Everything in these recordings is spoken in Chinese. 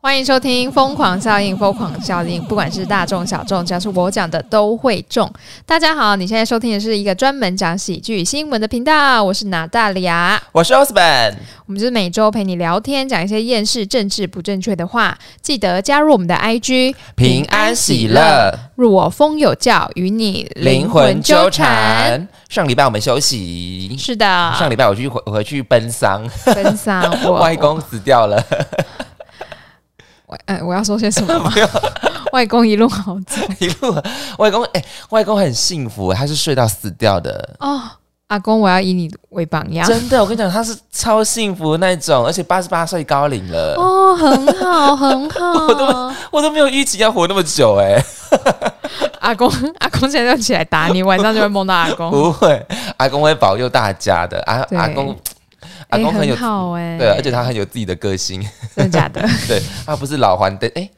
欢迎收听《疯狂效应》，疯狂效应，不管是大众小众，只要是我讲的都会中。大家好，你现在收听的是一个专门讲喜剧新闻的频道，我是娜大利亚。我是 Osman，我们就是每周陪你聊天，讲一些厌世、政治不正确的话。记得加入我们的 IG，平安喜乐，入我风有教，与你灵魂纠。缠。上礼拜我们休息，是的，上礼拜我去回回去奔丧，分享我外公死掉了， 我呃，我要说些什么 吗？外公一路好走一路外公哎、外公很幸福，他是睡到死掉的。哦，阿公，我要以你为榜样。真的，我跟你讲，他是超幸福的那种，而且八十八岁高龄了，哦，很好，很好。 我都没有预期要活那么久哎、阿公，阿公现在就起来打你，晚上就会梦到阿公。不会，阿公会保佑大家的，阿对阿公， 阿哎，公很有、很好哎、对，而且他很有自己的个性，真的 假的？对他不是老还灯，哎、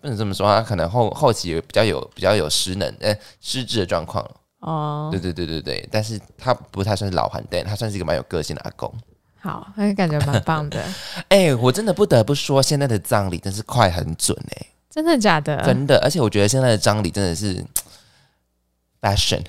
不能这么说，他可能后后期也比较有比较有失能，呃，失智的状况。哦对，对对对对，但是他不太算是老还灯，他算是一个蛮有个性的阿公。好，那感觉蛮棒 的。哎、我真的不得不说，现在的葬礼真是快很准哎、真的假的？真的，而且我觉得现在的葬礼真的是 fashion，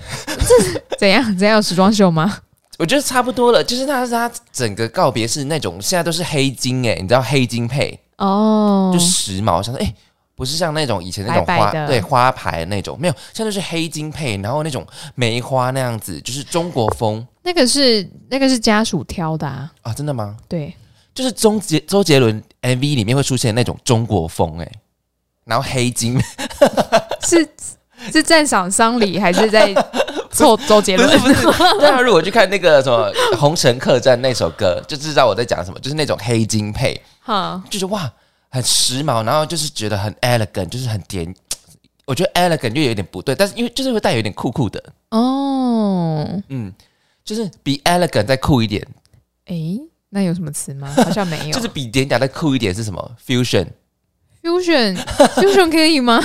怎样？怎样有时装秀吗？我觉得差不多了，就是他是他整个告别是那种现在都是黑金哎、你知道黑金配哦就，时髦，像哎、欸不是像那种以前那种白白花的对花牌那种，没有，像就是黑金配，然后那种梅花那样子，就是中国风那个是那个是家属挑的啊。啊，真的吗？对，就是周杰周杰伦 MV 里面会出现那种中国风哎、然后黑金是是赞赏丧礼还是在 凑周杰不伦是？不是，大家如果去看那个什么《红尘客栈》那首歌，就知道我在讲什么，就是那种黑金配， 哈，就是哇，很时髦，然后就是觉得很 elegant，就是很典，我觉得 elegant 就有点不对，但是因为就是会带有点酷酷的，哦，嗯，就是比 elegant 再酷一点，诶，哎那有什么词吗？好像没有。 就是比典雅再酷一点是什么？fusion fusion fusion 可以 吗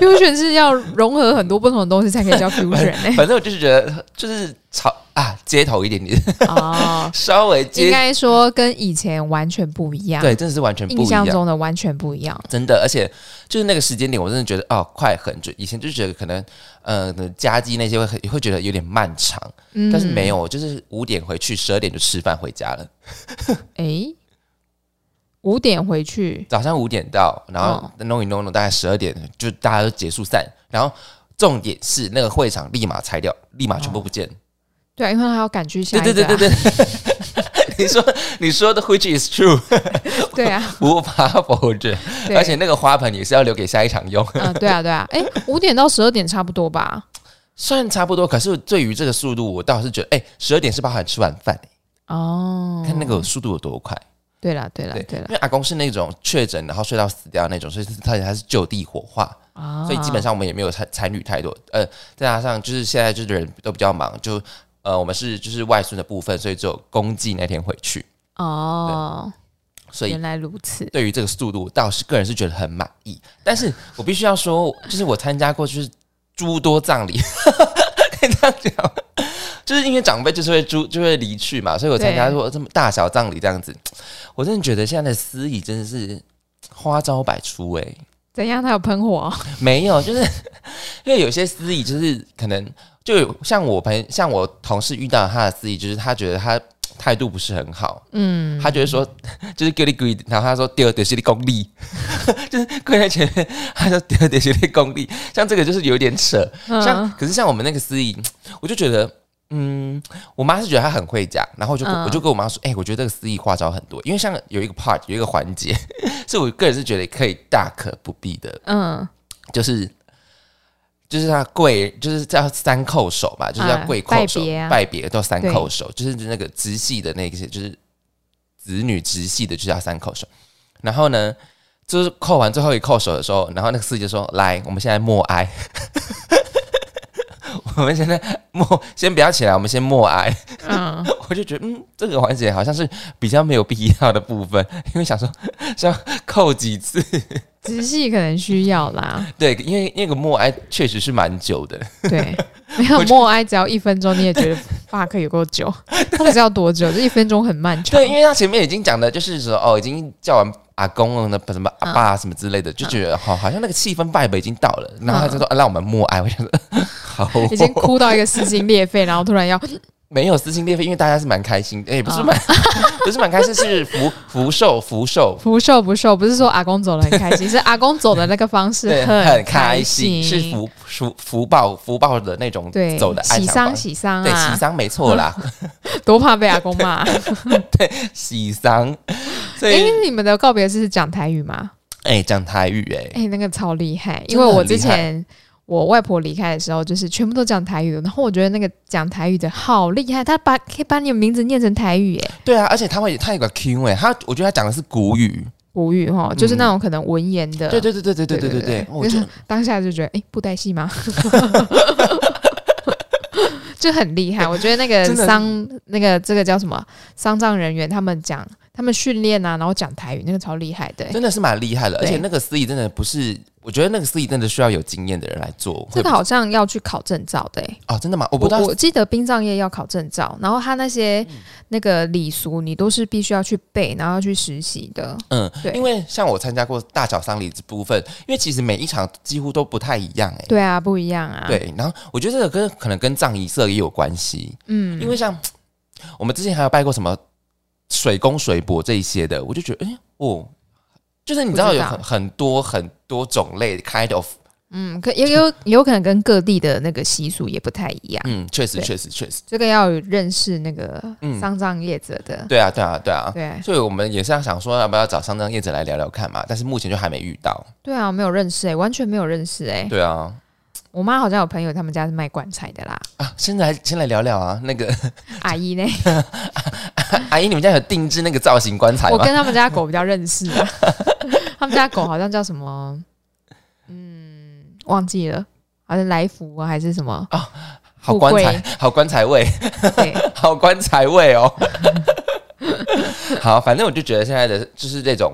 ？fusion 是要融合很多不同的东西才可 以叫 fusion 哎、反正我就是觉得就是潮啊，街头一点点， 哦，稍 微应街该说跟以前完全不一样，对，真的是完全不印一象样，中的完全不一样。真的。而且就是那个时间点，我真的觉得哦，快很准。以前就觉得可能呃家鸡那些会很会觉得有点漫长，嗯但是没，有，就是五点回去，十二点就吃饭回家了，诶，五点回去，早上五点到，然后哦弄一弄弄，大概十二点就大家都结束散，然后。重点是那个会场立马拆掉，立马全部不见。对啊，因为他要赶去下一个、对啊，对对对 对。你说你说的 which is true， 对，对啊，无法否认。对而且那个花盆也是要留给下一场用，嗯、对啊对啊，诶，五点到十二点差不多吧？ 虽然差不多，可是对于这个速度，我倒是觉得，哎、十二点是包含吃晚饭、哦，看那个速度有多快。对啦对啦对啦因为阿公是那种确诊然后睡到死掉那种，所以是他他是就地火化，啊，所以基本上我们也没有参参与太多。呃，再加上就是现在就是人都比较忙，就呃我们是就是外孙的部分，所以只有公祭那天回去，哦，所以原来如此，对于这个速度，倒是个人是觉得很满意。但是我必须要说，就是我参加过就是诸多葬礼， 可以这样讲，就是因为长辈就是会诸就会离去嘛，所以我参加过这么大小葬礼这样子，我真的觉得现在的司仪真的是花招百出哎、怎样？他有喷火哦、没有，就是因为有些司仪就是可能就有像我朋像我同事遇到他的司仪，就是他觉得他态度不是很好，嗯，他就会说，就是 g u i l t greed，然后他说第二点是你功力， 就是跪在前面，他说第二点是你功力，像这个就是有点扯，像嗯可是像我们那个司仪，我就觉得，嗯，我妈是觉得她很会讲，然后我就跟、嗯我就跟我妈说，哎、我觉得这个司仪话招很多，因为像有一个 part 有一个环节， 是我个人是觉得可以大可不必的，嗯，就是。就是他跪，就是叫三叩首嘛，就是要嗯跪拜叩首、别啊拜别都三对叩首，就是那个直系的那些，就是子女直系的，就是要三叩首。然后呢，就是叩完最后一叩首的时候，然后那个司机就说：“来，我们现在默哀， 我们现在默，先不要起来，我们先默哀。” 嗯，我就觉得，嗯，这个环节好像是比较没有必要的部分，因为想说是要扣几次， 直系可能需要啦，对，因为那个默哀确实是蛮久的。 对，没有默哀，只要一分钟你也觉得哇，可以有够久，到底是要多久？这一分钟很漫长。对，因为他前面已经讲的，就是说哦，已经叫完阿公了，什么阿爸嗯啊什么之类的，就觉得好、好像那个气氛 vibe 已经到了，然后他就说、啊让我们默哀，我想说 好哦、已经哭到一个撕心裂肺，然后突然要没有撕心裂肺，因为大家是蛮开心的，也、不嗯是蛮、 不是蛮开心，是福福寿福寿。福寿不寿，不是说阿公走了很开 心，是阿公走的那个方式对，很很开心，心，是福福福报福报的那种对走的安喜详方丧式，喜丧对喜啊，丧没错 啦，多怕被阿公 骂。喜丧。所哎以，你们的告别式是讲台语吗？哎，讲台语哎，哎、那个超厉害，因真为的很我之厉害前我外婆离开的时候，就是全部都讲台语的，然后我觉得那个讲台语的好厉害，他把可以把你的名字念成台语，哎，对啊，而且他会他有个 Q 哎，他我觉得他讲的是古语，古语哈，就是嗯那种可能文言的，对对对对对对对对哦对，我觉得当下就觉得哎、诶布袋戏吗？ 就很厉害，我觉得那个真的丧那个这个叫什么丧葬人员，他们讲他们训练啊，然后讲台语，那个超厉害的、诶真的是蛮厉害的，而对且那个司仪真的不是，我觉得那个司仪真的需要有经验的人来做，这会个好像要去考证照的、诶哦，真的吗？我不嗯我知道我记得殡葬业要考证照，然后他那些、那个礼俗，你都是必须要去背，然后要去实习的。嗯对，因为像我参加过大小丧礼这部分，因为其实每一场几乎都不太一样哎、对啊，不一样啊。，对，然后我觉得这个跟可能跟葬仪社也有关系，嗯，因为像我们之前还有拜过什么水工、水伯这一些的，我就觉得哎、哦，就是你知道不知有道很很多很多种类 kind of，嗯，可也有有可能跟各地的那个习俗也不太一样，嗯，确实对确实确实，这个要有认识那个嗯丧葬业者的。对啊对啊对啊，对所以我们也是要想说要不要找上张业者来聊聊看嘛，但是目前就还没遇到，对啊，没有认识哎、完全没有认识哎、对啊。我妈好像有朋友，他们家是卖棺材的 啦。啊，先来先来聊聊啊，那个 阿姨呢，阿姨，你们家有定制那个造型棺材我吗？跟他们家狗比较认识啊。 他们家狗好像叫什么？嗯，忘记了，好像来福啊还是什么？好富棺贵材，好棺材味，对， 好棺材味哦。 好，反正我就觉得现在的就是这种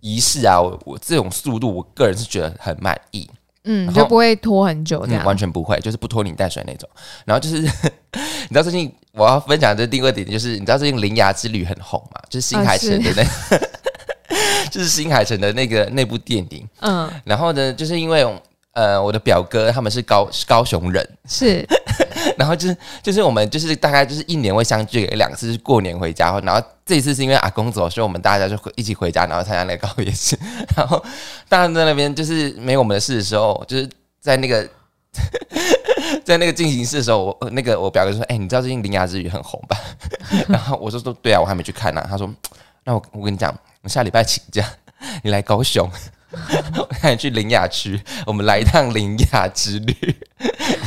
仪式啊，我我这种速度，我个人是觉得很满意，嗯，然就后不会拖很久这嗯，完样。全不会，就是不拖泥带水那种。然后就是 你知道最近我要分享的第二点，就是你知道最近《铃芽之旅》很红嘛，就是新啊海是诚的那， 就是新海诚的那个那部电影。嗯，然后呢，就是因为呃，我的表哥他们是高是高雄人，是，然后就是就是我们就是大概就是一年会相聚个两次，就是过年回家，然后这一次是因为阿公走，所以我们大家就回一起回家，然后参加那个告别式，然后大家在那边就是没有我们的事的时候，就是在那个。 在那个进行式的时候，我那个我表哥就说：“哎、你知道最近《铃芽之旅》很红吧？”然后我就说：“对啊，我还没去看呢、他说：“那我我跟你讲，我下礼拜请假，你来高雄，我带你去林雅区，我们来一趟林雅之旅。”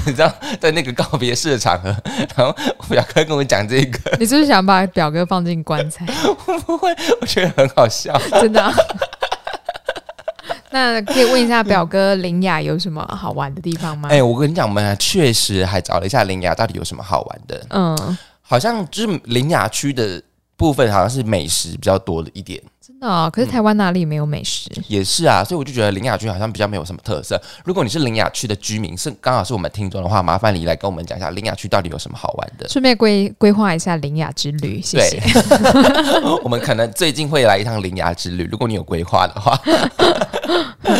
你知道， 在那个告别式的场合，然后我表哥跟我讲这个， 你是不是想把表哥放进棺材？我觉得很好笑。真的啊、那可以问一下表哥林雅有什么好玩的地方吗？哎、我跟你讲，我们确实还找了一下林雅到底有什么好玩的，嗯，好像就是林雅区的部分好像是美食比较多的一点，真的、哦，嗯可是台湾哪里没有美食？也是啊，所以我就觉得林雅区好像比较没有什么特色。如果你是林雅区的居民，是刚好是我们听众的话，麻烦你来跟我们讲一下林雅区到底有什么好玩的。顺便规规划一下林雅之旅，谢谢。对， 我们可能最近会来一趟林雅之旅，如果你有规划的话。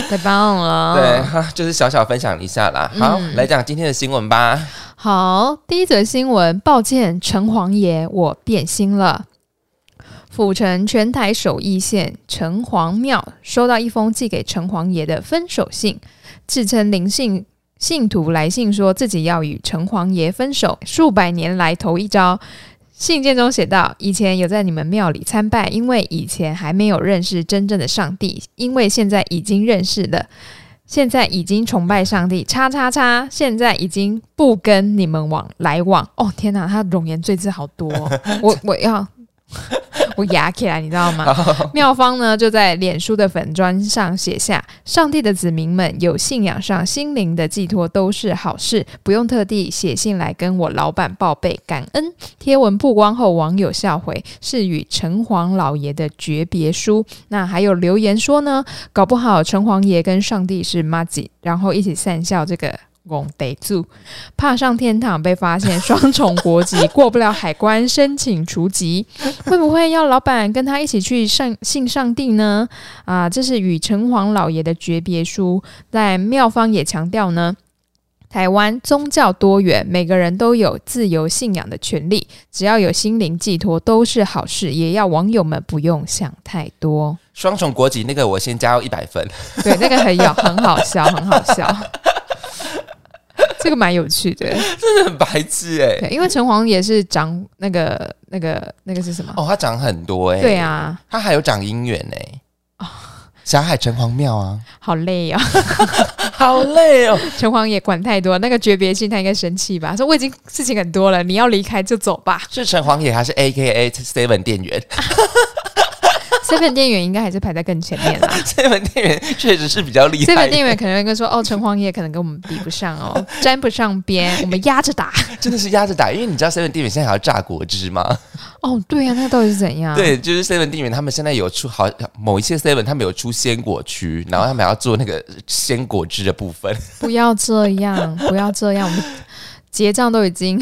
太棒了。对，，哈，就是小小分享一下啦。嗯好，来讲今天的新闻吧。好，第一则新闻，抱歉，城隍爷，我变心了。府城全台首义县城隍庙收到一封寄给城隍爷的分手信，自称灵性信徒来信说自己要与城隍爷分手，数百年来头一遭。信件中写道：“以前有在你们庙里参拜，因为以前还没有认识真正的上帝，因为现在已经认识了，现在已经崇拜上帝，叉叉叉，现在已经不跟你们往来往。哦，天哪，他容颜赘字好多哦、我我要我牙起来，你知道吗？妙方呢就在脸书的粉砖上写下：上帝的子民们有信仰上心灵的寄托都是好事，不用特地写信来跟我老板报备，感恩。贴文曝光后，网友笑回是与城隍老爷的诀别书。那还有留言说呢，搞不好城隍爷跟上帝是妈吉，然后一起散笑这个拱得住，怕上天堂被发现双重国籍，过不了海关申请除籍， 会不会要老板跟他一起去上信上帝呢？啊，这是与城隍老爷的诀别书，在妙方也强调呢。台湾宗教多元，每个人都有自由信仰的权利，只要有心灵寄托都是好事。也要网友们不用想太多。双重国籍那个我先加到一百分， 对，那个很有，很好笑，很好笑。这个蛮有趣的，真的很白痴哎、对，因为城隍也是长那个、那个、那个是什么？哦，他长很多哎、对，啊，哦他还有长姻缘哎、霞海城隍庙啊， 好累啊！好累哦。城隍也管太多，那个诀别信他应该生气吧？说我已经事情很多了，你要离开就走吧。是城隍爷还是 A K A Seven 店员 seven 店员应该还是排在更前面啦。 ？Seven 店员确实是比较 厉 seven 害，店员可能会跟说，哦，城隍爷可能跟我们比不上哦，沾不上边，我们压着打。真的是压着打。因为你知道 Seven 店员现在还要榨果汁吗？哦，对啊，那到底是怎样？对，就是 Seven 店员他们现在有出好某一些 Seven 他们有出鲜果区，然后他们还要做那个鲜果汁的部分。不要这样，不要这样，我们结账都已经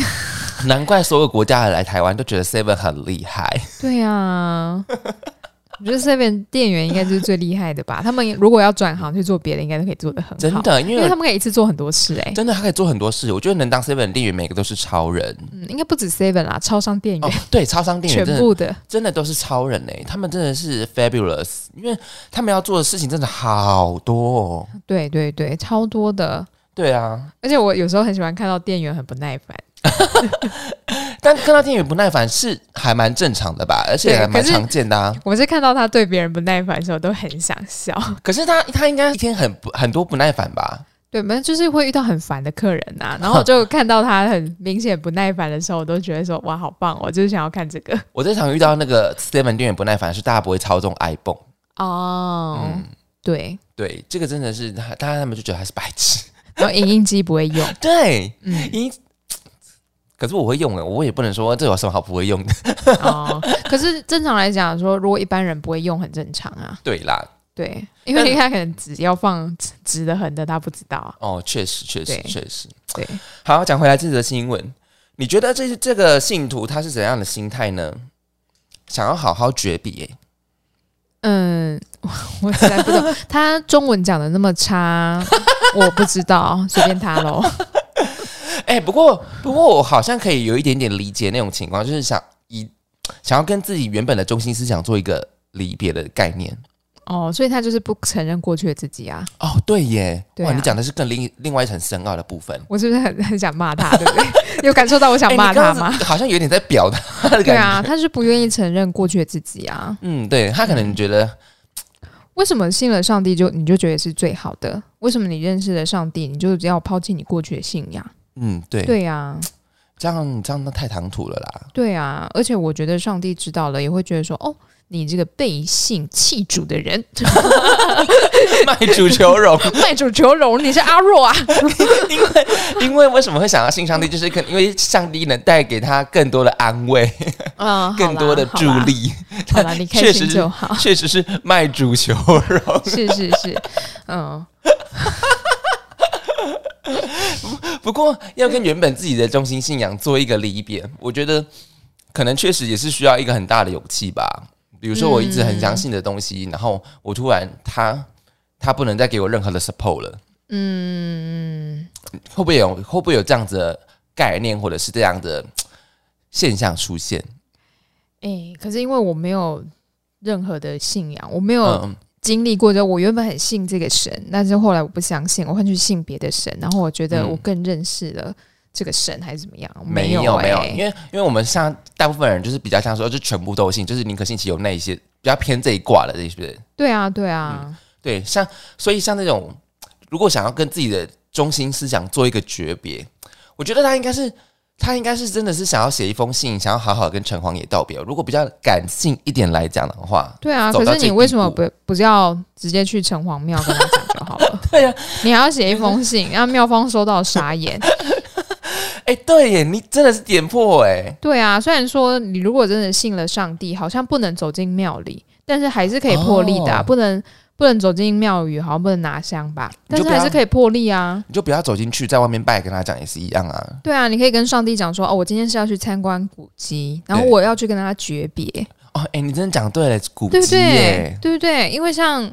难怪所有国家的来台湾都觉得 Seven 很厉害。对啊，我觉得 Seven 店员应该就是最厉害的吧？他们如果要转行去做别的，应该都可以做得很好。真，的，因因为为他们可以一次做很多事、欸，哎、真的他可以做很多事。我觉得能当 Seven 店员，每个都是超人。嗯，应该不止 Seven 啦，超商店员、哦，对，超商店嗯员全真的部的。真的都是超人哎、他们真的是 fabulous，因为他们要做的事情真的好多、哦。对对对，超多的。对啊，而且我有时候很喜欢看到店员很不耐烦，但看到店员不耐烦是还蛮正常的吧，而且对还蛮可是常见的啊。我是看到他对别人不耐烦的时候都很想笑。 可是他他应该一天很不很多不耐烦吧？对，没有就是会遇到很烦的客人呐、 然后我就看到他很明显不耐烦的时候，我都觉得说哇，好棒哦！我就是想要看这 个我最常遇到那个 seven 店员不耐烦是大家不会操纵 iPhone，哦。嗯，对，对，这个真的是他，大家他们就觉得他是白痴。然后影印机不会用，对，嗯，因可是我会用哎，我也不能说这有什么好不会用的。哦，可是正常来讲说，如果一般人不会用，很正常啊。对啦，对，因为但他可能只要放直直的横的，他不知道啊。哦，确实，确实对，确实。对，好，讲回来这则新闻，你觉得这这个信徒他是怎样的心态呢？想要好好诀别、嗯，我我实在不懂，他中文讲的那么差，我不知道，随便他 喽。哎、不过不过我好像可以有一点点理解那种情况，就是想以想要跟自己原本的中心思想做一个离别的概念。哦，所以他就是不承认过去的自己啊。哦，对耶，对啊哇，你讲的是更另另外一层深奥的部分。我是不是很很想骂他，对不对？ 有感受到我想哎骂你刚他刚吗？好像有点在表达他的感觉。对啊，他是不愿意承认过去的自己啊。嗯，对他可能觉得，为什么信了上帝就你就觉得是最好的？为什么你认识了上帝，你就要抛弃你过去的信仰？嗯，对，对啊，这样你这样太唐突了啦。 对啊，而且我觉得上帝知道了，也会觉得说，哦，你这个背信弃主的人， 卖主求荣，卖主求荣，你是阿若啊？ 因为为什么会想要信上帝，就是可因为上帝能带给他更多的安慰， 嗯，更多的助力，好啦。好啦，你开确实心是就好。确实是卖主求荣。 是是是，嗯，不过要跟原本自己的中心信仰做一个离别，我觉得可能确实也是需要一个很大的勇气吧。比如说我一直很嗯相信的东西，然后我突然他他不能再给我任何的 support 了，嗯，会不会有会不会有这样子的概念或者是这样的现象出现？诶，可是因为我没有任何的信仰，我没有嗯，经历过，就我原本很信这个神，但是后来我不相信，我换去信别的神，然后我觉得嗯我更认识了这个神，还是怎么样？没有、有欸，没有，因为因为我们像大部分人就是比较像说，就全部都信，就是宁可信其有那一些比较偏这一卦的，这是不是？对啊，对嗯啊，对，像所以像那种如果想要跟自己的中心思想做一个诀别，我觉得他应该是他应该是真的是想要写一封信，想要好好跟城隍爷道别。如果比较感性一点来讲的话，对啊。走可到是这一你为什么不不啊要直接去城隍庙跟他讲就好 了？对呀、你还要写一封 信，让妙方收到傻眼。哎、对耶，你真的是点破哎，对啊，虽然说你如果真的信了上帝，好像不能走进庙里，但是还是可以破例的、啊，哦不能不能走进庙宇，好像不能拿香吧？你但就是不要还是可以破例啊。你就不要走进去，在外面拜，跟他讲也是一样啊。对啊，你可以跟上帝讲说，哦，我今天是要去参观古迹，然后对我要去跟他诀别，哦，哎、你真的讲对了，古对不迹对耶？，对不对？因为像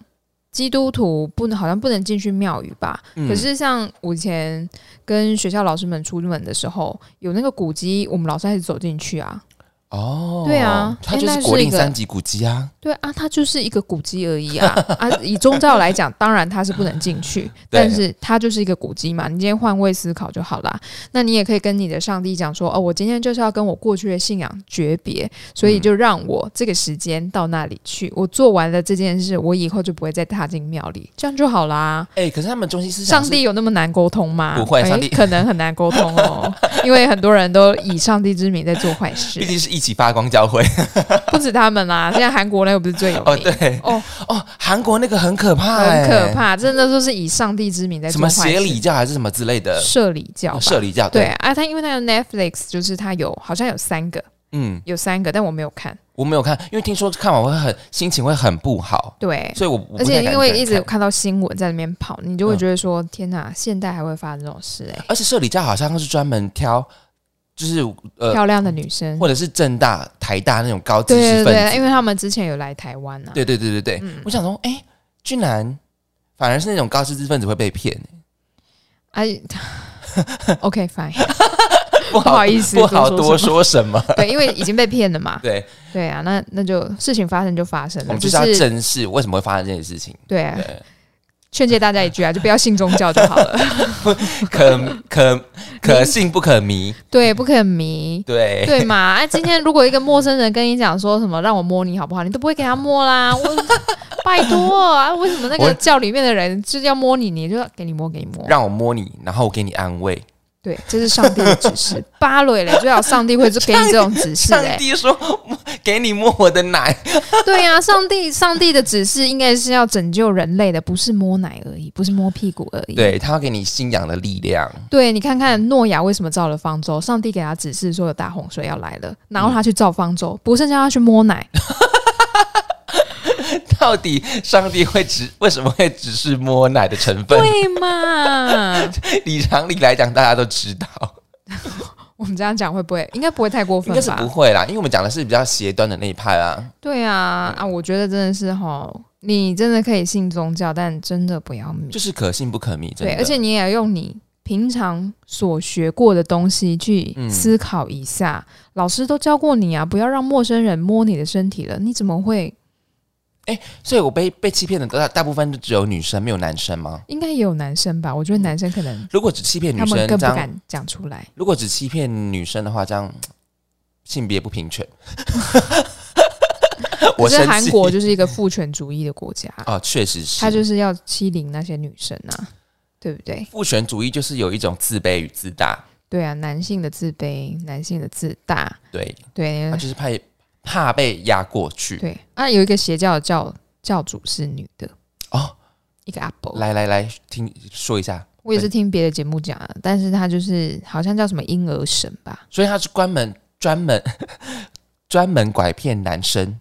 基督徒不能，好像不能进去庙宇吧？嗯可是像我以前跟学校老师们出门的时候，有那个古迹，我们老师还是走进去啊。哦，对啊它哎就那是是国定一个三级古迹啊。 对啊，它就是一个古迹而 已啊啊！以宗教来讲，当然它是不能进 去，但是它就是一个古迹嘛。你今天换位思考就好啦。那你也可以跟你的上帝讲说，哦，我今天就是要跟我过去的信仰诀别，所以就让我这个时间到那里去。我做完了这件事，我以后就不会再踏进庙里，这样就好啦。哎、可是他们中心思想上是帝有那么难沟通吗？不会诶上帝可能很难沟通 哦，因为很多人都以上帝之名在做坏事毕，竟是一起发光教会不止他们啊啦，现在韩国那个不是最有名哦，对哦哦，韩国那个很可怕、哎，很可，怕，真的就是以上帝之名在什做么坏邪事。礼教还是什么之类的，社里教吧哦社礼教对啊，他因为那个 Netflix 就是他有好像有三个，嗯，有三个，但我没有看。我没有看，因为听说看完会很心情会很不好，对，所以我我不而太且敢因为看嗯一直看到新闻在那边跑，你就会觉得说、天哪，现代还会发生这种事哎、而且社里教好像是专门挑，就是呃，漂亮的女生，或者是正大、台大那种高嗯知对对识分对，子，因为他们之前有来台湾啊。对对对对对，我想说，哎、居然反而是那种高知识分子会被骗，欸 哎，OK fine，不不好意思不好多多说说什么。对，因为已经被骗了嘛。对，对啊，那那就事情发生就发生了，我们只嗯就是要正视为什么会发生这件事情。对啊，对，劝诫大家一句啊，就不要信宗教就好 了。可可 可信不可迷。对，不可迷。对，对嘛？哎、今天如果一个陌生人跟你讲说什么“让我摸你好不好”，你都不会给他摸啦。我拜托啊，为什么那我个教里面的人就是要摸你，你就要给你摸，给你摸？让我摸你，然后我给你安慰。对，这是上帝的指示。芭蕾嘞，最好上帝会给你这种指示 上嘞。帝说，给你摸我的奶。 对呀、上帝，上帝的指示应该是要拯救人类的，不是摸奶而已，不是摸屁股而已。对他要给你信仰的力量。对你看看诺亚为什么造了方舟？上帝给他指示说有大洪水要来了，然后他去造方舟，不是叫他去摸 奶。到底上帝会只为什么会只是摸奶的成分？对嘛？理常理来讲，大家都知道，我们这样讲会不会应该不会太过应分该是不吧？会啦，因为我们讲的是比较邪端的那一派啦。对啊啊，我觉得真的是哈，你真的可以信宗教，但真的不要迷就。是可信不可迷，真对，的。而且你也要用你平常所学过的东西去嗯思考一下。老师都教过你啊，不要让陌生人摸你的身体了，你怎么会？所以我被被欺骗的大大部分就只有女生，没有男生吗？应该也有男生吧？我觉得男生可能如果只欺骗女他们生，更不这样敢讲出来。如果只欺骗女生的话，这样性别不平权。 可我生是气韩国就是一个父权主义的国家，哦，确实 是，他就是要欺凌那些女生啊，对不对？父权主义，就是有一种自卑与自大，对啊，男性的自卑，男性的自大，对，对、他就是怕怕被压过去。嗯对啊，有一个邪教的教教主是女的哦，一个阿伯，来来来，听说一下，我也是听别的节目讲的，但是他就是好像叫什么婴儿神吧，所以他是专门专门 专门拐骗男生，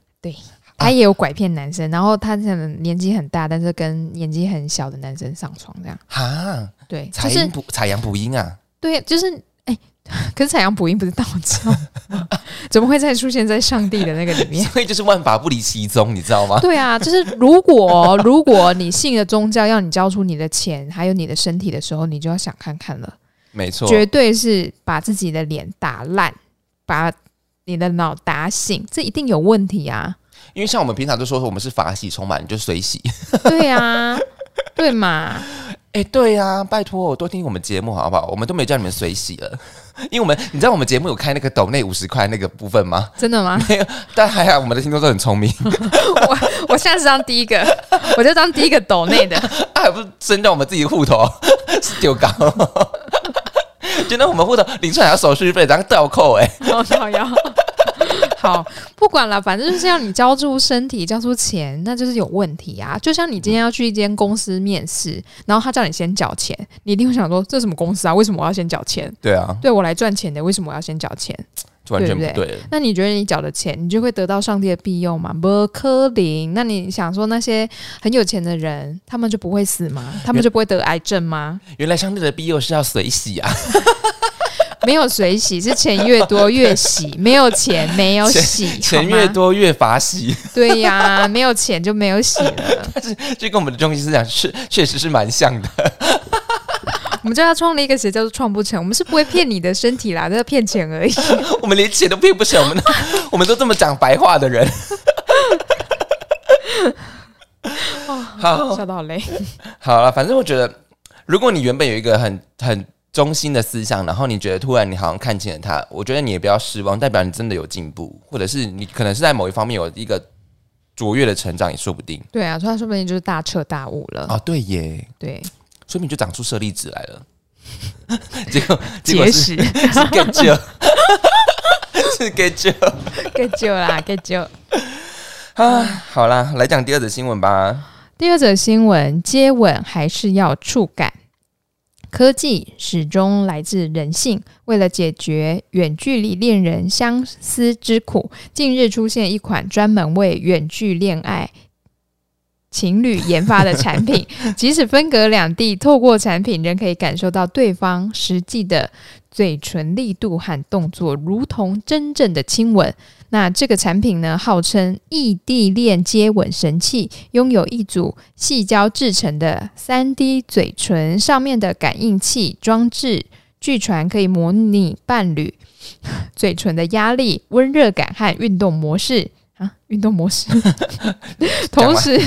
他也有拐骗男生，然后他可能年纪很大，但是跟年纪很小的男生上床这样，哈，对，就采是阴补采阳补阴啊，对，就是哎、可是采阳补阴不是道教吗， 怎么会再出现在上帝的那个里 面？所以就是万法不离其宗，你知道吗？对啊，就是如果如果你信了宗教，要你交出你的钱，还有你的身体的时候，你就要想看看了，没错，绝对是把自己的脸打烂，把你的脑打醒，这一定有问题啊！因为像我们平常就说我们是法喜充满，你就随喜。对啊，对嘛？ 哎、对呀、拜托，多听我们节目好不好？我们都没叫你们随喜了， 因为我们你知道我们节目有开那个抖内五十块那个部分吗？真的吗？但还好我们的听众都很聪明， 啊我下次当第一个，我就当第一个抖内 的。他还不是伸到我们自己户头 丢高， 觉得我们户头领出来还要手续费，然后倒扣哎、好，好，好，不管了，反正就是要你交出身体，交出钱，那就是有问题啊。就像你今天要去一间公司面试，然后他叫你先缴钱，你一定会想说，这什么公司啊？为什么我要先缴钱？对啊，对我来赚钱的，为什么我要先缴钱？就完全不对对不了。那你觉得你缴的钱，你就会得到上帝的庇佑吗？不可能。那你想说那些很有钱的人，他们就不会死吗？他们就不会得癌症吗？原来上帝的庇佑是要随喜啊，没有水洗，是钱越多越洗，没有钱没有洗，好钱吗越多越罚喜， 对呀、没有钱就没有洗了。这跟我们的中心思想是确实是蛮像的。我们就要创立一个邪教，就创不成。我们是不会骗你的身体啦，都是骗钱而已。我们连钱都 骗不成，我们我们都这么讲白话的人。 好，笑到好累。好了，反正我觉得，如果你原本有一个很很中心的思想，然后你觉得突然你好像看清了它，我觉得你也不要失望，代表你真的有进步，或者是你可能是在某一方面有一个卓越的成长，也说不定。对啊，所以他说不定就是大彻大悟了。哦，对耶，对，说明就长出舍利子来了。 结果结果结是石 是 get 救， 是 get 救。 get 救啦，get 救。啊，好啦，来讲第二则新闻吧。第二则新闻：接吻还是要触感。科技始终来自人性。为了解决远距离恋人相思之苦，近日出现一款专门为远距恋爱情侣研发的产品。 即使分隔两地，透过产品仍可以感受到对方实际的嘴唇力度和动作，如同真正的亲吻。那这个产品呢，号称异地恋接吻神器，拥有一组细胶制成的 3D 嘴唇上面的感应器装置，据传可以模拟伴侣 嘴唇的压力、温热感和运动模式。啊，运动模式，同时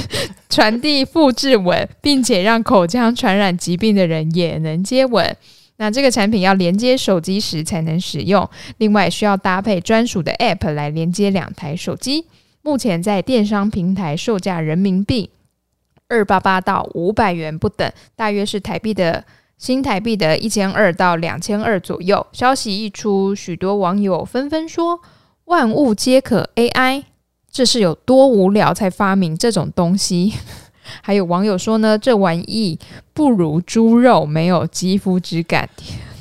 传递复制吻，并且让口腔传染疾病的人也能接吻。那这个产品要连接手机时才能使用，另外需要搭配专属的 App 来连接两台手机。目前在电商平台售价人民币二八八到五百元不等，大约是台币的新台币的一千二到两千二左右。消息一出，许多网友纷纷说：“万物皆可 AI，这是有多无聊才发明这种东西？” 还有网友说呢，这玩意不如猪肉，没有肌肤之感。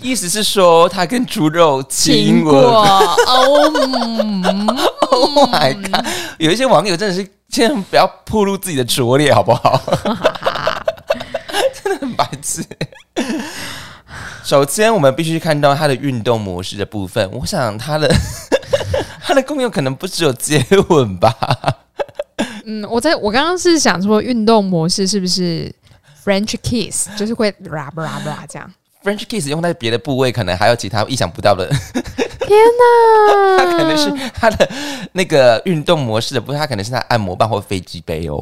意思是说，它跟猪肉亲吻。哦， 嗯 Oh my god！有一些网友真的是，千万不要暴露自己的拙劣，好不好？真的很白痴。首先，我们必须看到它的运动模式的部分。我想它的 它的功用可能不只有接吻吧。嗯，我在我刚刚是想说，运动模式是不是 French kiss，就是会 ra ra ra 这样？ French kiss 用在别的部位，可能还有其他意想不到的天它可能哪！是它的那个运动模式的，不是它可能是它按摩棒或飞机杯哦，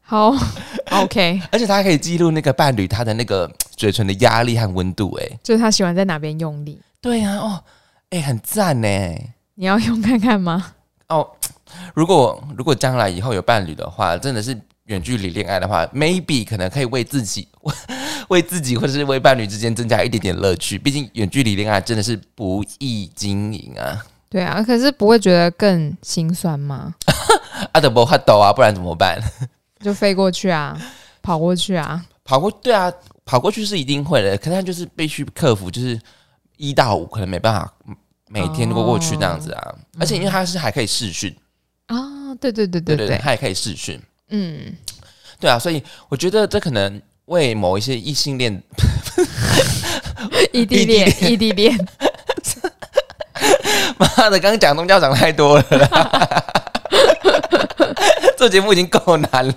好，OK，而且它还可以记录那个伴侣他的那个嘴唇的压力和温度，哎，就是他喜欢在哪边用力，对呀、哦，哎、很赞呢。你要用看看吗？哦，如果如果将来以后有伴侣的话，真的是远距离恋爱的话，maybe 可能可以为自己 为自己或者是为伴侣之间增加一点点乐趣，毕竟远距离恋爱真的是不易经营啊，对啊，可是不会觉得更心酸吗？阿德伯哈抖啊，不然怎么办？ 就飞过去 啊，跑过去啊，跑过对啊，跑过去是一定会的，可是他就是必须克服，就是一到五可能没办法每天都过去这样子哦啊。嗯而且因为他是还可以视讯，啊，对对对对对对对，对，他也可以视讯，嗯，对啊，所以我觉得这可能为某一些异性恋， 异地恋， 异地恋，妈的，刚刚讲宗教讲太多了啦， 做节目已经够难了。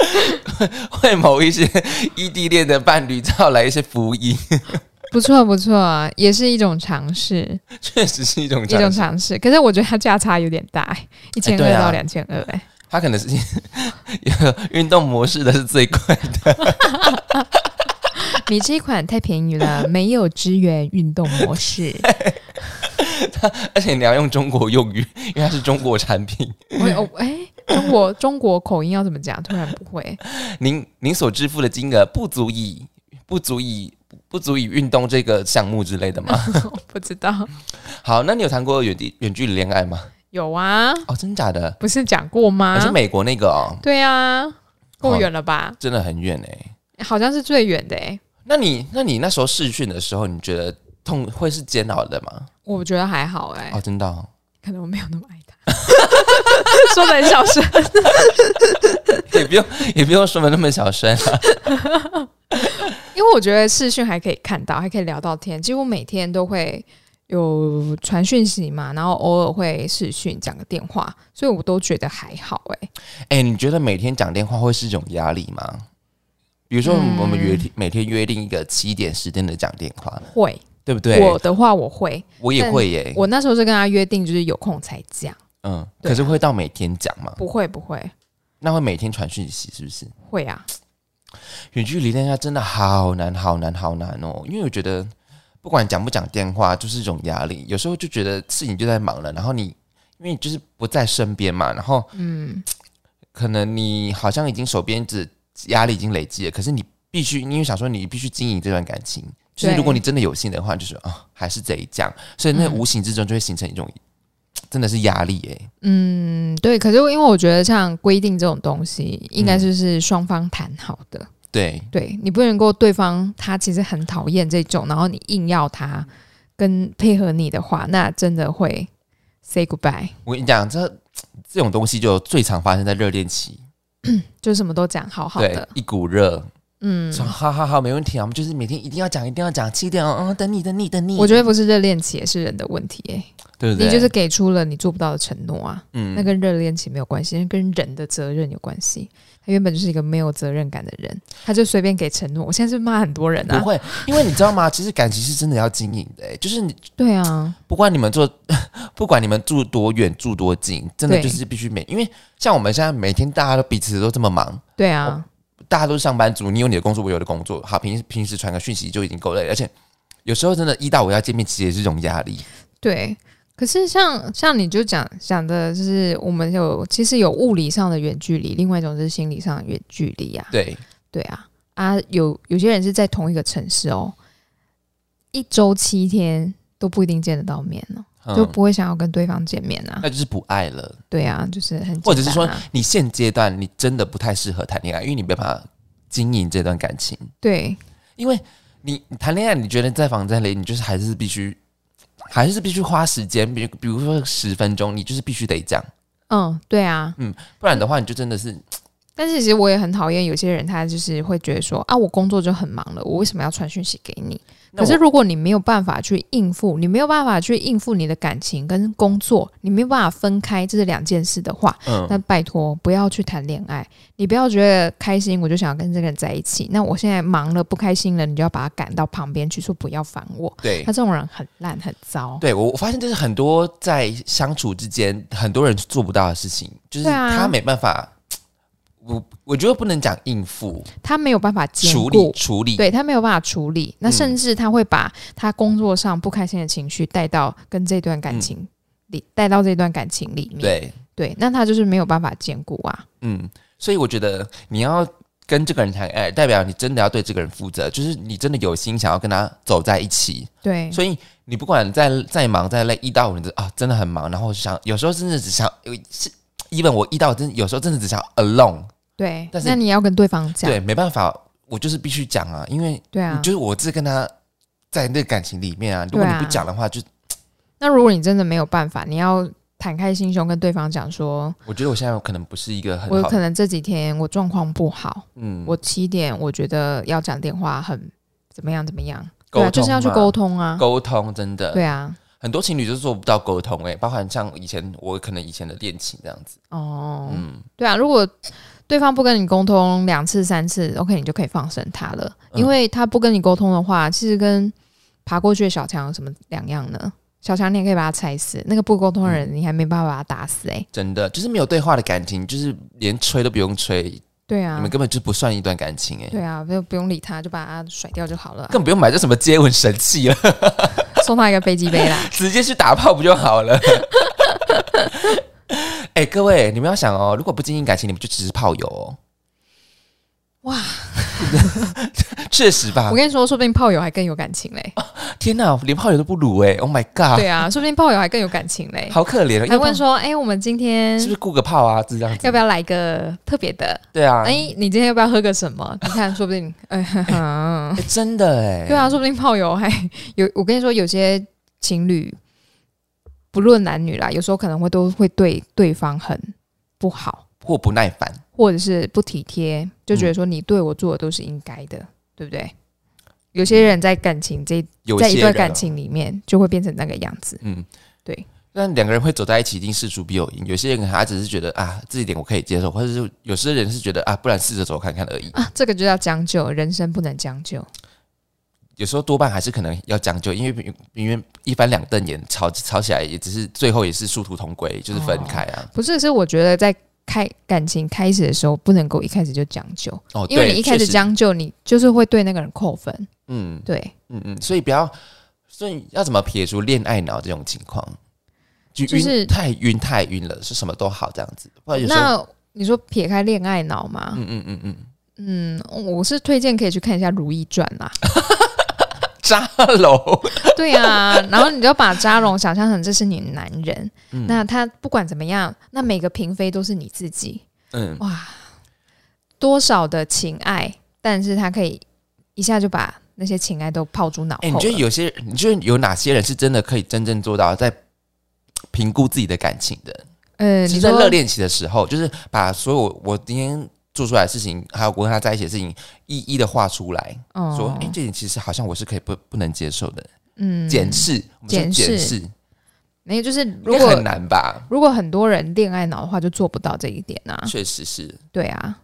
为某一些异地恋的伴侣造来一些福音， 不错不错，也是一种尝试。确实是一种一尝种试。尝试。可是我觉得它价差有点大、欸，一千对二啊到两千二，哎，他可能是 运动模式的是最贵你这一款太便宜了，没有支援运动模式。而且你要用中国用语，因为它是中国产品。 我有哎、中国中国口音 要怎么讲？突然不会，您您所支付的金额不足以不足以不足以运动这个项目之类的吗？不知道好，那你有谈过远地远距离恋爱吗？有啊，哦，真假的？不是讲过吗而？是美国那个哦，对啊，够远了吧？真的很远哎、好像是最远的欸诶、那你那你那时候试训的时候，你觉得痛会是煎熬的吗？我觉得还好诶、哦，真的、哦， 可能我没有那么爱他。 说的很小声，也不用也不用说的那么小声、啊 因为我觉得视讯还可以看到，还可以聊到天，几乎每天都会有传讯息嘛，然后偶尔会视讯讲个电话，所以我都觉得还好欸诶、哎、你觉得每天讲电话会是一种压力吗？比如说，嗯我们约定、每天约定一个七点时间的讲电话，会，对不对？我的话我会，我也会耶、我那时候是跟他约定，就是有空才讲，嗯，对啊可是会到每天讲嘛？不会不会那会每天传讯息是不是？会啊，远距离恋爱真的好难，好难，好难哦！因为我觉得不管讲不讲电话，就是一种压力。有时候就觉得事情就在忙了，然后你因为你就是不在身边嘛，然后嗯，可能你好像已经手边只压力已经累积了，可是你必须，因为想说你必须经营这段感情。就是对如果你真的有幸的话，就是啊、还是得讲，所以那嗯无形之中就会形成一种、真的是压力耶、嗯，对。可是因为我觉得像规定这种东西，应嗯该就是双方谈好的。对，对你不能够对方他其实很讨厌这种，然后你硬要他跟配合你的话，那真的会 say goodbye，我跟你讲，这这种东西就最常发生在热恋期，就什么都讲好好对的，，一股热，嗯。说好好好，没问题啊，我们就是每天一定要讲，一定要讲，七点哦，嗯等你，等你，等你，我觉得不是热恋期，也是人的问题、欸。对不对？你就是给出了你做不到的承诺啊，嗯那跟热恋期没有关系，那跟人的责任有关系。他原本就是一个没有责任感的人，他就随便给承诺。我现在是骂很多人不啊，会，因为你知道吗？其实感情是真的要经营的、欸，就是你对啊，不管你们做， 不管你们住多远、住多近，真的对就是必须每，因为像我们现在每天大家都彼此都这么忙，对啊，大家都是上班族，你有你的工作，我有我的工作，好，平时平时传个讯息就已经够累了，而且有时候真的一到五要见面，其实也是一种压力。对。可是像像你就讲讲的，就是我们有其实有物理上的远距离，另外一种是心理上的远距离啊。对，对啊，啊有有些人是在同一个城市哦，一周七天都不一定见得到面呢、就嗯，不会想要跟对方见面啊。那就是不爱了，对啊，就是很、啊或者是说，你现阶段你真的不太适合谈恋爱，因为你没办法经营这段感情，对因为你你谈恋爱，你觉得在房间里，你就是还是必须。还是必须花时间，比比如说十分钟，你就是必须得讲，嗯，对啊，不然的话，你就真的是但是其实我也很讨厌有些人，他就是会觉得说啊，我工作就很忙了，我为什么要传讯息给你？那可我是如果你没有办法去应付，你没有办法去应付你的感情跟工作，你没有办法分开这是两件事的话，那嗯，拜托不要去谈恋爱。你不要觉得开心我就想要跟这个人在一起，那我现在忙了不开心了，你就要把他赶到旁边去，说不要烦我。对他这种人很烂很糟。对，我我发现这是很多在相处之间，很多人是做不到的事情，就是对啊他没办法，我我觉得不能讲应付、他没有办法兼处顾理、处理，对他没有办法处理，那嗯甚至他会把他工作上不开心的情绪带到跟这段感情里，带到这段感情里面。嗯对，对那他就是没有办法兼顾啊。嗯，所以我觉得你要跟这个人谈恋爱，代表你真的要对这个人负责，就是你真的有心想要跟他走在一起，对，所以你不管再再忙再累，一到五你就啊真的很忙，然后我就想有时候真的只想有是。even 我一到五真有时候真的只想 alone，对但，是那你要跟对方讲。对，没办法，我就是必须讲啊，因为对啊你，就是我是跟他在那个感情里面啊，如果对你啊不讲的话，就那如果你真的没有办法，你要敞开心胸跟对方讲说，我觉得我现在可能不是一个很我好可的，能这几天我状况不好，嗯，我七点我觉得要讲电话很怎么样怎么样，沟对啊，通就是要去嘛沟通啊。沟呃通真的，对啊，很多情侣就是做不到沟通、欸，包含像以前我可能以前的恋情这样子，哦，嗯，对啊，如果对方不跟你沟通两次、三次，OK，你就可以放生他了，嗯因为他不跟你沟通的话，其实跟爬过去的小强有什么两样呢？小强你也可以把他踩死，那个不沟通的嗯人你还没办法把他打死哎、真的就是没有对话的感情，就是连吹都不用吹，对你啊们，根本就不算一段感情、欸，对啊，就不用理他，就把他甩掉就好了啊，更不用买这什么接吻神器了， 送他一个飞机杯啦。直接去打炮不就好了？ 哎、各位，你们要想哦，如果不经营感情，你们就只是炮友哦。哇， 确实吧我？跟你说，说不定炮友还更有感情嘞。天哪，连炮友都不如哎、o h my god！、对啊，说不定炮友还更有感情嘞。好可怜哦。还要不问然说，哎、我们今天是不是雇个炮啊？这样子要不要来个特别的？对啊，哎、哎、你今天要不要喝个什么？你看，说不定， 哎、哼哼真的哎、对啊，说不定炮友还有。我跟你说，有些情侣不论男女啦，有时候可能会都会对对方很不好，或不耐烦。或者是不体贴，就觉得说你对我做的都是应该的，对不对？有些人在感情这有在一些段人感哦，情里面就会变成那个样子，嗯，对。那两个人会走在一起，一定事出必有因。有些人可能他只是觉得啊，这一点我可以接受，或者是有些人是觉得啊，不然试着走看看而已。啊，这个就叫将就，人生不能将就。有时候多半还是可能要将就，因为因为一翻两瞪眼，吵吵起来也只是最后也是殊途同归，就是分开啊。不是，是我觉得在开感情开始的时候，不能够一开始就将就，哦，因为对你一开确始实将就，你就是会对那个人扣分。嗯对，嗯嗯，所以不要，所以要怎么撇除恋爱脑这种情况？就晕、就是太晕太晕了，是什么都好这样子，不然有时候，那你说撇开恋爱脑嘛，嗯嗯嗯嗯，嗯我是推荐可以去看一下《如懿传》啦。渣楼， 对啊，然后你就把扎龙想象成这是你的男人，嗯那他不管怎么样，那每个嫔妃都是你自己， 嗯，哇，多少的情爱，但是他可以一下就把那些情爱都抛诸脑后哎、了。你觉得有些，你觉得有哪些人是真的可以真正做到在评估自己的感情的？呃，是你在热说恋期的时候，就是把所有我今天做出来的事情，还有我跟他在一起的事情，一一的画出来，哦说，哎、这点其实好像我是可以不不能接受的，嗯检视，我们说检视检视，没有，就是应如该果很难吧？如果很多人恋爱脑的话，就做不到这一点啊。确实是，对啊，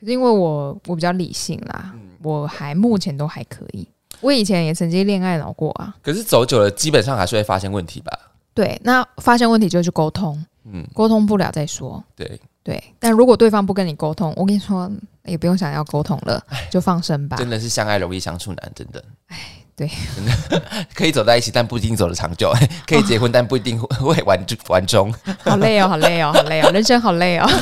可是因为我我比较理性啦，嗯我还目前都还可以。我以前也曾经恋爱脑过啊。可是走久了，基本上还是会发现问题吧？对，那发现问题就去沟通，嗯，沟通不了再说。对，对，但如果对方不跟你沟通，我跟你说嗯也不用想要沟通了，就放生吧。哎真的是相爱容易相处难，真的。哎，啊对真的 可以走在一起，但不一定走得长久； 可以结婚，但不一定会玩玩中。好累 哦，好累哦，好累哦，人生好累哦。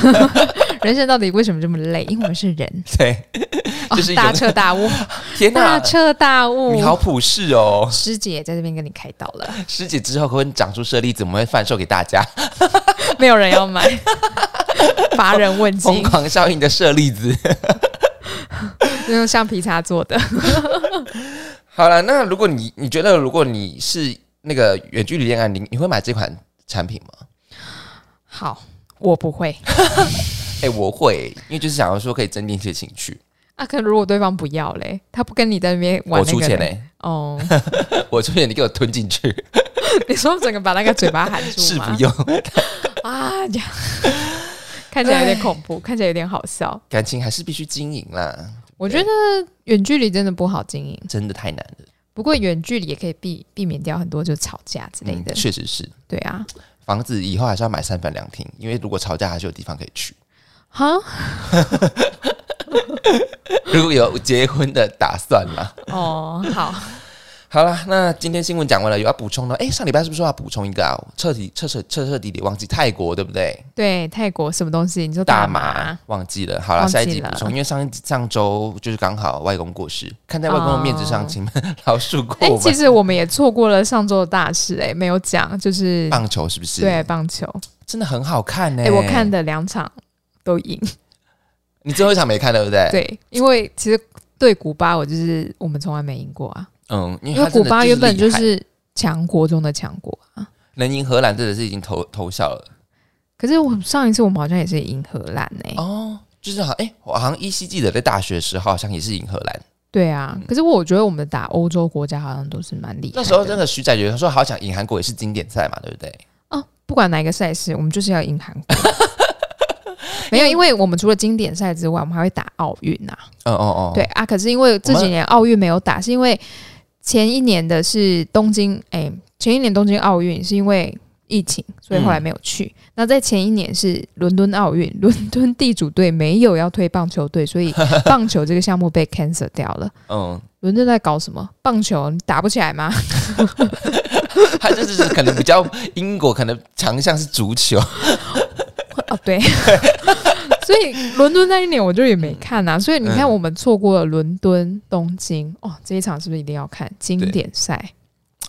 人生到底为什么这么累？因为我们是人， 对，就哦是一种大彻大 悟，天哪大，彻大悟你。好普世哦！ 师姐在这边跟你开导了，师姐之后可会长出舍利子，我们会贩售给 大家。没有人要 买，乏人问疯津，狂效应的舍利子。 就用橡皮擦做的。好了，那如果你你觉得如果你是那个远距离恋爱，你你会买这款产品吗？好，我不会哎、我会，因为就是想要说可以增进一些情趣，啊。可如果对方不要嘞，他不跟你在那边玩我那出个钱欸嘞、嘞哦， 我出钱，你给我吞进去。 你说整个把那个嘴巴含住是吗不？用， 啊呀，看起来有点恐哎怖，看起来有点好笑。感情还是必须经营啦，我觉得远距离真的不好经营，真的太难了。不过远距离也可以避避免掉很多就吵架之类嗯的。确实是。哎对啊，房子以后还是要买三房两厅，因为如果吵架还是有地方可以去。 哈如果有结婚的打算啦。哦， 好，好啦，那今天新闻讲完了，有要补充的？哎、上礼拜是不是说要补充一个啊？彻底、彻彻、彻彻底底忘记泰国，对不对？对泰国什么东西？你说大麻麻？忘记了。好啦，忘记下了一集补充，因为上一集上周就是刚好外公过世，看在外公的面子上，哦请饶恕过哎、我其们。实我们也错过了上周的大事、哎，没有讲，就是棒球是不是？对，棒球，真的很好看呢、哎、我看的两场都赢，你最后一场没看，对不对？，对，因为其实对古巴，我就是我们从来没赢过啊，嗯，因为因为他真古的巴原本就厉害是强国中的强国啊。能赢荷兰真的是已经投投效了可是我上一次我们好像也是赢荷兰哎、哦，就是好哎、我好像依稀记得在大学的时候好像也是赢荷兰，对啊，可是我觉得我们打欧洲国家好像都是蛮厉害的。嗯那时候那个徐载觉说好想赢韩国也是经典赛嘛，对不对？哦，不管哪一个赛事，我们就是要赢韩国。没有，因为我们除了经典赛之外，我们还会打奥运呐、嗯哦哦，对，啊，可是因为这几年奥运没有打，是因为前一年的是东京，哎、前一年东京奥运是因为疫情，所以后来嗯没有去。那在前一年是伦敦奥运， 伦敦地主队没有要推棒球队，所以棒球这个项目被 cancel 掉了。嗯，伦敦在搞什么？棒球你打不起来 吗？他就是可能比较英国可能强项是足球，哦，对， 所以伦敦那一年我就也没看啊，所以你看嗯我们错过了伦敦、东京哦，这一场是不是一定要看经对典赛？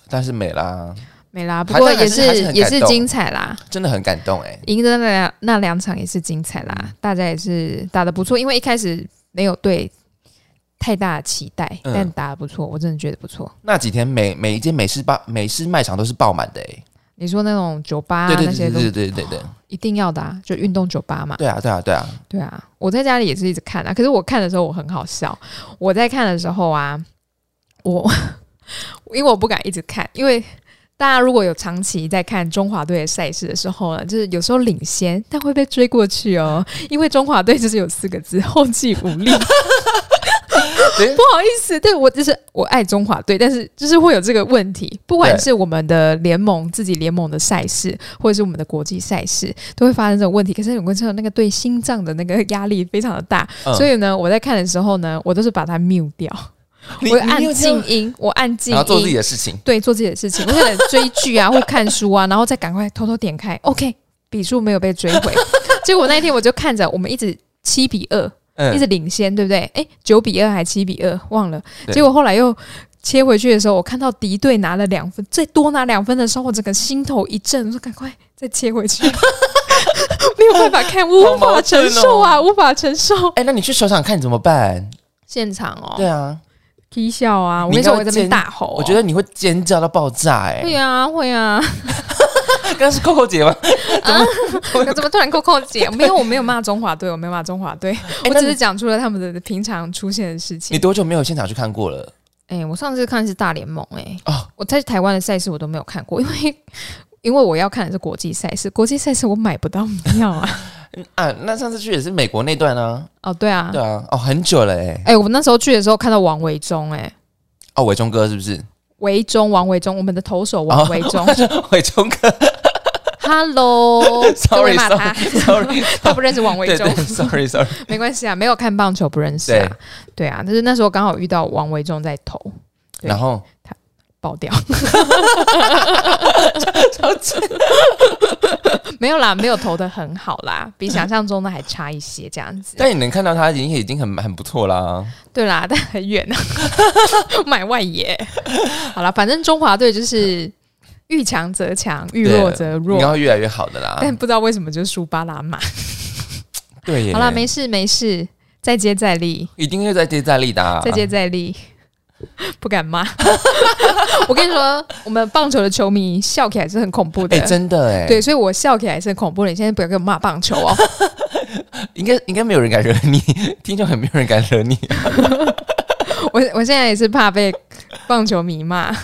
但是美啦，没啦，不还过是还也是还是很也感是动精彩啦，真的很感动哎、赢的那两那两场也是精彩嗯啦，大家也是打得不错，因为一开始没有对太大的期待，嗯但打得不错，我真的觉得不错。那几天每每一间美式爆美式卖场都是爆满的哎、你说那种酒吧、啊、对对那对些都对对对对对，一定要的、啊，就运动酒吧嘛。对啊对啊对啊，对啊，我在家里也是一直看啊，可是我看的时候我很好笑，我在看的时候啊，我 因为我不敢一直看，因为。大家如果有长期在看中华队的赛事的时候呢，就是有时候领先，但会被追过去哦，因为中华队就是有四个字后继无力。对不好意思，对我就是我爱中华队，但是就是会有这个问题，不管对是我们的联盟自己联盟的赛事，或者是我们的国际赛事，都会发生这种问题。可是我跟你说，那个对心脏的那个压力非常的大，嗯所以呢，我在看的时候呢，我都是把它 mute 掉，你我你有按这样静音，我按静然后做自己音。的事情，对，做自己的事情，我可能追剧 啊，或看书啊，然后再赶快偷偷点开。OK，比数没有被追 回。结果那一天我就看着我们一直七比二，一嗯，直领先，对不对？诶，九比二还七比二，忘了。对结果后来又切回去的时候，我看到敌队拿了两分，再多拿两分的时候，我整个心头一震，我说赶快再切回 去，没有办法看，无法承受哦啊，无法承受。哎、那你去球场看你怎么办？现场哦，对啊，踢笑啊！我你跟你说，应该我在那边会大吼、我觉得。得你会尖叫到爆炸哎、哦会啊，会 啊！刚刚是 Coco 姐吗？怎么突然扣扣姐？没有，我没有骂中华队，我没有骂中华队，哎我那只是你讲出了他们的平常出现的事情你。多久没有现场去看过了？哎、我上次看是大联盟、哎、哦我在台湾的赛事我都没有看过，因为因为我要看的是国际赛事，国际赛事我买不到票 啊。啊，那上次去也是美国那段啊，哦，对啊，对啊，哦，很久了哎、哎、我那时候去的时候看到王维忠、哎，哦，伟忠哥是 不是？维忠，王维忠，我们的投手王维 忠、伟忠哥 h e l l o ，sorry 骂他， sorry， 他不认识王维对忠对，，sorry sorry，没关系啊，没有看棒球不认识啊，对啊，就是那时候刚好遇到王维忠在投，对然后爆掉， 没有啦，没有投的很好啦，比想象中的还差一些这样子。但你能看到他已经已经很很不错啦。对啦，但很远啊， 买外野。好啦，反正中华队就是遇强则强，遇弱则应该弱。会越来越好的啦。但不知道为什么就输巴拿马。对耶，好啦，没事没事，再接再厉，一定会再接再厉的、啊。再接再厉。不敢 骂，我跟你说，我们棒球的球迷笑起来是很恐怖的哎、。真的哎，对，所以我笑起来是很恐怖的。你现在不要给我骂棒球哦。 应该应该没有人敢惹你， 听众很没有人敢惹你。我我现在也是怕被棒球迷骂，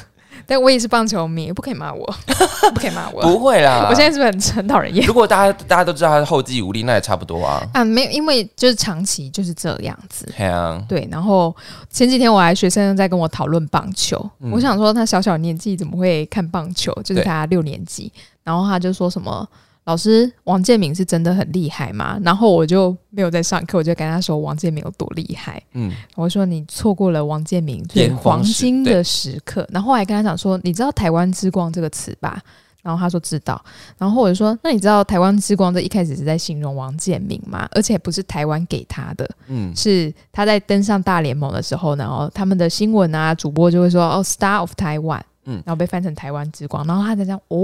但我也是棒球迷，不可以骂我，不可啊以骂我。不会啦，我现在是不是很很讨人厌如果大家大家都知道他是后继无力，那也差不多啊。啊？没有，因为就是长期就是这样子。对啊，对，然后前几天我还学生在跟我讨论棒球，嗯我想说他小小年纪怎么会看棒球？就是对他六年级，然后他就说什么老师王建民是真的很厉害嘛？然后我就没有在上课，我就跟他说王建民有多厉害。嗯，我说你错过了王建民最巅峰黄时金的时刻。然后我还跟他讲说，你知道“台湾之光”这个词吧？然后他说知道。然后我就说，那你知道“台湾之光”这一开始是在形容王建民吗？而且不是台湾给他的，嗯，是他在登上大联盟的时候，然后他们的新闻啊，主播就会说哦，Star of Taiwan。嗯然后被翻成台湾之光，然后他才这样哦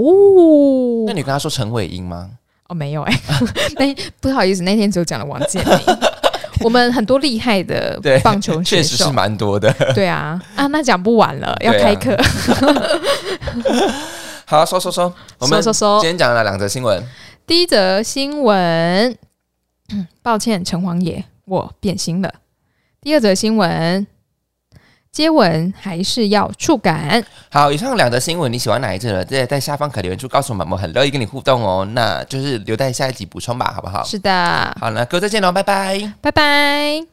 那，你跟他说陈伟英吗？哦，没有哎、 那不好意思，那天只有讲了王建民。 我们很多厉害的对棒球选确实手是，蛮多的。对啊，啊，那讲不完了，要对啊开课。好，说说说，我们说说今说，天讲了两则新闻，第一则新闻， 嗯抱歉，城隍爷，我变心了。第二则新闻，接吻还是要触感。好，以上两则新闻你喜欢哪一则呢？在在下方可留言处告诉我们，我们很乐意跟你互动哦。那就是留待下一集补充吧，好不好？是的，好，那各位再见喽，拜拜。拜拜。